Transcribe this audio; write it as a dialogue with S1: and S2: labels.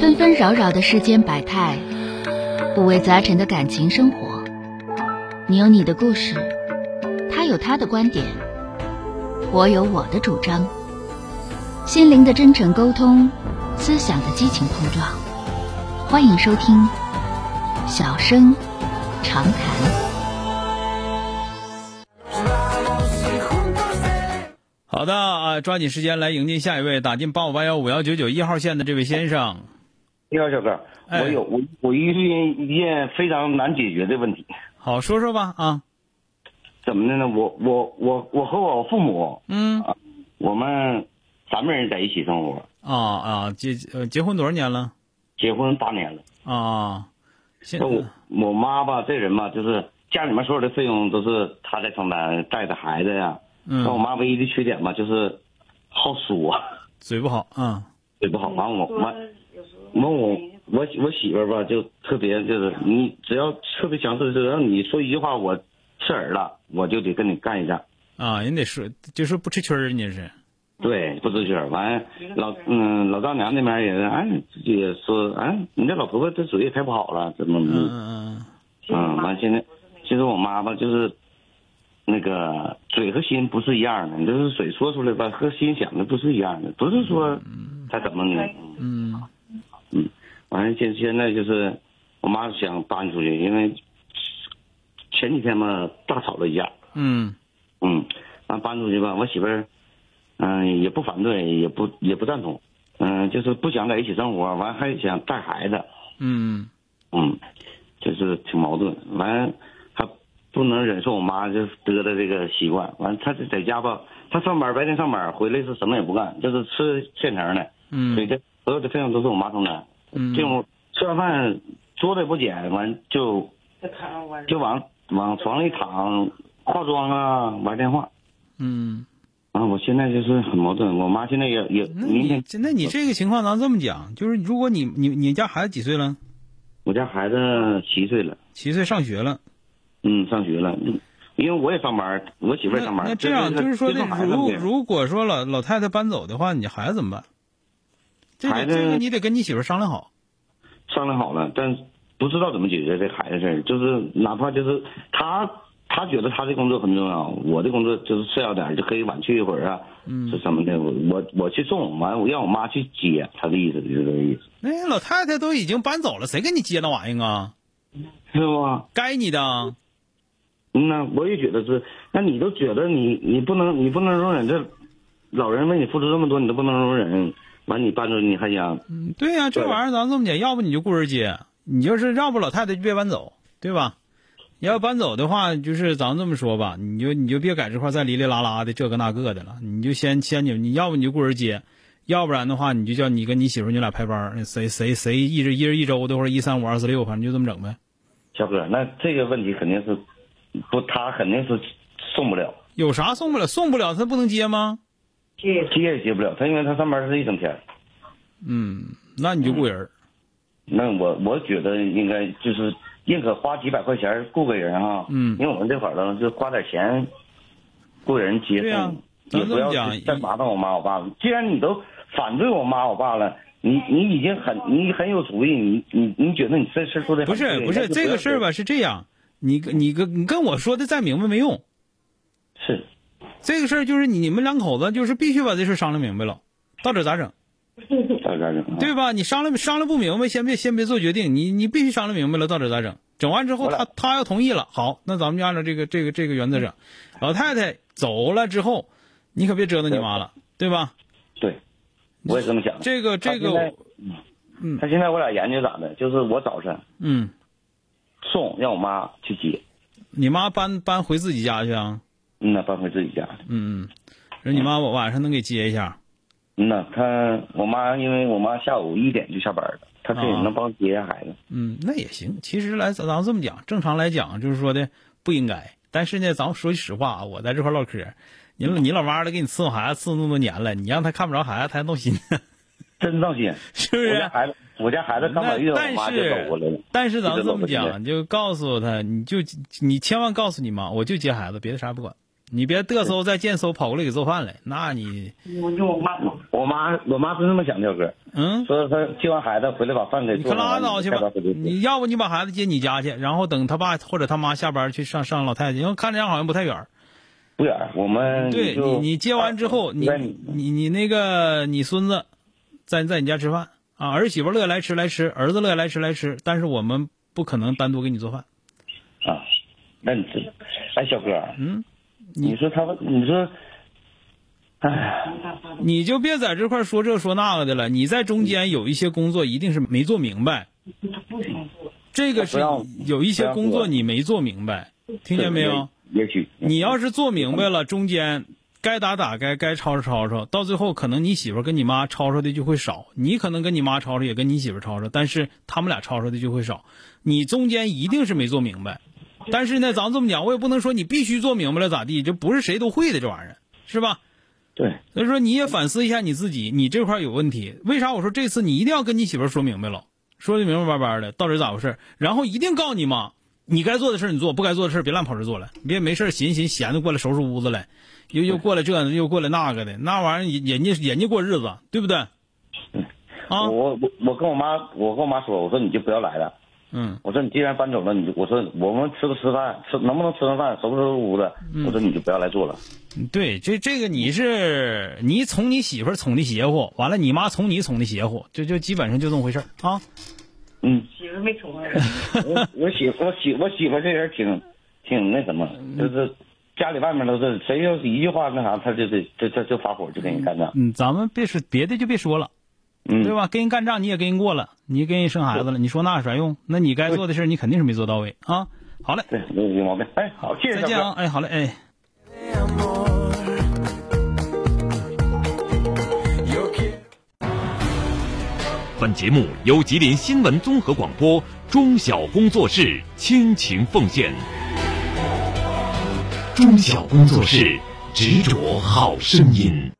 S1: 纷纷扰扰的世间百态，五味杂陈的感情生活。你有你的故事，他有他的观点，我有我的主张。心灵的真诚沟通，思想的激情碰撞。欢迎收听《小声长谈》。
S2: 好的啊，抓紧时间来迎接下一位打进八五八幺五幺九九一号线的这位先生。
S3: 你好，小哥，
S2: 哎
S3: 我有我我遇见一件非常难解决的问题，
S2: 好，说说吧啊，
S3: 怎么的呢？我我我我和我父母，
S2: 嗯啊
S3: 我们三个人在一起生活，
S2: 啊，结呃结婚多少年了
S3: 结婚八年了。
S2: 啊？现
S3: 那我我妈吧，这人吧，就是家里面所有的费用都是她在承担，带着孩子呀。那我
S2: 嗯，
S3: 妈唯一的缺点吧，就是好说、啊，
S2: 嘴不好啊，
S3: 嘴不好。完我完完我我我媳妇儿吧，就特别就是你只要特别强势，只要你说一句话我刺耳了，我就得跟你干一架。
S2: 啊，人得说就是不吃亏儿，人家是
S3: 对，不知趣儿。完，老嗯老丈娘那边也是，哎，自己也说，哎，你这老婆婆这主意太不好了，怎么怎
S2: 嗯
S3: 么地？
S2: 嗯嗯
S3: 嗯，完现在，其实我妈吧，就是那个嘴和心不是一样的，你就是嘴说出来吧，和心想的不是一样的，不是说她怎么的。
S2: 嗯
S3: 完了，现现在就是我妈想搬出去，因为前几天嘛大吵了一架，
S2: 嗯
S3: 嗯，完搬出去吧，我媳妇儿，嗯、也不反对，也不也不赞同，嗯、就是不想在一起生活，完还想带孩子，
S2: 嗯
S3: 嗯，就是挺矛盾，完还不能忍受我妈就是嘚的这个习惯，完她在家吧，她上班白天上班，回来是什么也不干，就是吃现成的，所以
S2: 嗯
S3: 这所有的费用都是我妈承担，
S2: 嗯，
S3: 这种吃完饭桌子也不捡，完就就往往床上一躺，化妆啊，玩电话。
S2: 嗯。
S3: 啊，我现在就是很矛盾，我妈现在也也
S2: 那
S3: 明
S2: 你
S3: 天
S2: 这那你这个情况，咱这么讲，就是如果你你你家孩子几岁了？
S3: 我家孩子七岁了，
S2: 七岁上学了。
S3: 嗯，上学了，嗯因为我也上班，我媳妇儿
S2: 那
S3: 上班。
S2: 那这样就是说，
S3: 这
S2: 那
S3: 孩子不
S2: 如
S3: 对
S2: 如果说老老太太搬走的话，你孩子怎么办？这
S3: 孩
S2: 个
S3: 子
S2: 这个你得跟你媳妇儿商量好。
S3: 商量好了，但不知道怎么解决这孩子事儿，就是哪怕就是他他觉得他的工作很重要，我的工作就是次要点儿，就可以晚去一会儿啊，
S2: 嗯
S3: 是什么的，我我我去送，完我让我妈去接，他的意思就是这个意思，
S2: 那老太太都已经搬走了，谁跟你接那玩意儿啊？
S3: 是吧？
S2: 该你的啊。
S3: 嗯呐，我也觉得是。那你都觉得你你不能你不能容忍这老人为你付出这么多，你都不能容忍，完你搬出去你还啊想，
S2: 嗯，对呀、这
S3: 对
S2: 玩意儿咱这么讲，要不你就雇人接，你就是要不老太太就别搬走，对吧？你要搬走的话，就是咱们这么说吧，你就你就别在这块儿再哩哩啦啦的这个那个的了，你就先先你你要不你就雇人接，要不然的话你就叫你跟你媳妇儿你俩排班儿，谁谁谁一人一人一周的或者一三五二四六，反正就这么整呗。
S3: 小哥，那这个问题肯定是不，他肯定是送不了，
S2: 有啥送不了？送不了他不能接吗？
S3: 接也接不了，他因为他上班是一整天儿。
S2: 嗯，那你就雇人儿。
S3: 那我我觉得应该就是宁可花几百块钱雇个人哈，
S2: 嗯
S3: 因为我们这会儿呢就花点钱雇人接
S2: 对啊呀
S3: 送，
S2: 咱这
S3: 嗯也不
S2: 么
S3: 要
S2: 讲
S3: 去再麻烦我妈我爸了。既然你都反对我妈我爸了，你你已经很你很有主意，你你你觉得你这事儿做的
S2: 不是不是这个事儿？吧？是这样，你跟你跟你跟我说的再明白没用。
S3: 是
S2: 这个事儿就是你们两口子就是必须把这事儿商量明白了，到底咋整，
S3: 到这儿整啊
S2: 对吧？你商量商量不明白，先别先别做决定，你你必须商量明白了，到底咋整。整完之后，
S3: 我俩
S2: 他他要同意了，好，那咱们就按照这个这个这个原则整。老太太走了之后，你可别折腾你妈了，对吧？
S3: 对，我也这么想的。
S2: 这个这个
S3: 他现在
S2: 我，嗯
S3: 他现在我俩研究咋的？就是我早晨
S2: 嗯，
S3: 送让我妈去接，
S2: 你妈搬搬回自己家去啊？
S3: 嗯呐，搬回自己家去。
S2: 嗯嗯，说你妈我晚上能给接一下？
S3: 嗯呐，他我妈因为我妈下午一点就下班了，她自己
S2: 啊
S3: 能帮接一下孩子。
S2: 嗯，那也行。其实来咱咱这么讲，正常来讲就是说的不应该。但是呢，咱们说句实话啊，我在这块唠嗑，你老你老妈儿的给你伺候孩子伺候那么多年了，你让他看不着孩子，他还闹心，
S3: 真闹心！
S2: 是不
S3: 我
S2: 是啊
S3: 家？孩子，我家孩子刚好遇到我妈就走过来了。
S2: 但是咱们这么
S3: 一直走过
S2: 讲，就告诉他，你就你千万告诉你妈，我就接孩子，别的啥也不管。你别嘚瑟再贱嗖跑过来给做饭来，那你
S3: 我就我妈，我妈我妈是这么想的，哥，
S2: 嗯，
S3: 说她接完孩子回来把饭给
S2: 你
S3: 做
S2: 可
S3: 了，
S2: 拉倒去吧
S3: 再把回去。吃
S2: 你要不你把孩子接你家去，然后等他爸或者他妈下班去上上老太太，因为看这样好像不太远儿。
S3: 不远，我们
S2: 对
S3: 就啊
S2: 你你接完之后，你
S3: 在
S2: 你你那个你孙子在在你家吃饭啊，儿媳妇乐意来吃来吃，儿子乐意来吃来吃，但是我们不可能单独给你做饭。
S3: 啊，那你这，哎，小哥，
S2: 嗯，你
S3: 你说他们，你说，哎，
S2: 你就别在这块说这说那个的了。你在中间有一些工作一定是没做明白，这个是
S3: 不要
S2: 有一
S3: 不
S2: 些
S3: 要
S2: 工作
S3: 说
S2: 你没做明白，听见没有？？
S3: 也许
S2: 你要是做明白了，中间该打打该该吵吵吵吵，到最后可能你媳妇儿跟你妈吵吵的就会少，你可能跟你妈吵吵也跟你媳妇儿吵吵，但是他们俩吵吵的就会少。你中间一定是没做明白，但是呢，咱这么讲，我也不能说你必须做明白了咋地，这不是谁都会的这玩意儿，是吧？
S3: 对，
S2: 所以说你也反思一下你自己，你这块儿有问题。为啥我说这次你一定要跟你媳妇儿说明白了，说的明明白白的，到底咋回事儿？然后一定告诉你妈，你该做的事儿你做，不该做的事儿别乱跑这做了，别没事儿寻寻闲的过来收拾屋子来，又又过来这个又过来那个的，那玩意儿人家人家过日子，对不对？啊
S3: 我，我我我跟我妈，我跟我妈说，我说你就不要来了，
S2: 嗯，
S3: 我说你既然搬走了，你就我说我们吃不吃饭，吃能不能吃顿饭，收不收拾屋子，
S2: 嗯
S3: 我说你就不要来住了，
S2: 对，这这个你是你从你媳妇儿宠的邪乎，完了你妈从你宠的邪乎，这就基本上就这么回事儿啊。
S3: 嗯，
S4: 媳妇没宠坏，
S3: 我我媳我媳我媳妇这人挺挺那什么，
S2: 嗯
S3: 就是家里外面都是谁要是一句话那啥，她就得就就就发火，就跟人干仗，
S2: 嗯，咱们别说别的就别说了。
S3: 嗯，
S2: 对？吧？跟人干仗你也跟人过了，你跟人生孩子了，你说那有啥用？那你该做的事儿你肯定是没做到位啊。好嘞，
S3: 对，有有毛病。哎，好，谢谢
S2: 再
S3: 小
S2: 见
S3: 哥
S2: 啊！。哎，好嘞，哎。
S5: 本节目由吉林新闻综合广播中小工作室倾情奉献。中小工作室执着好声音。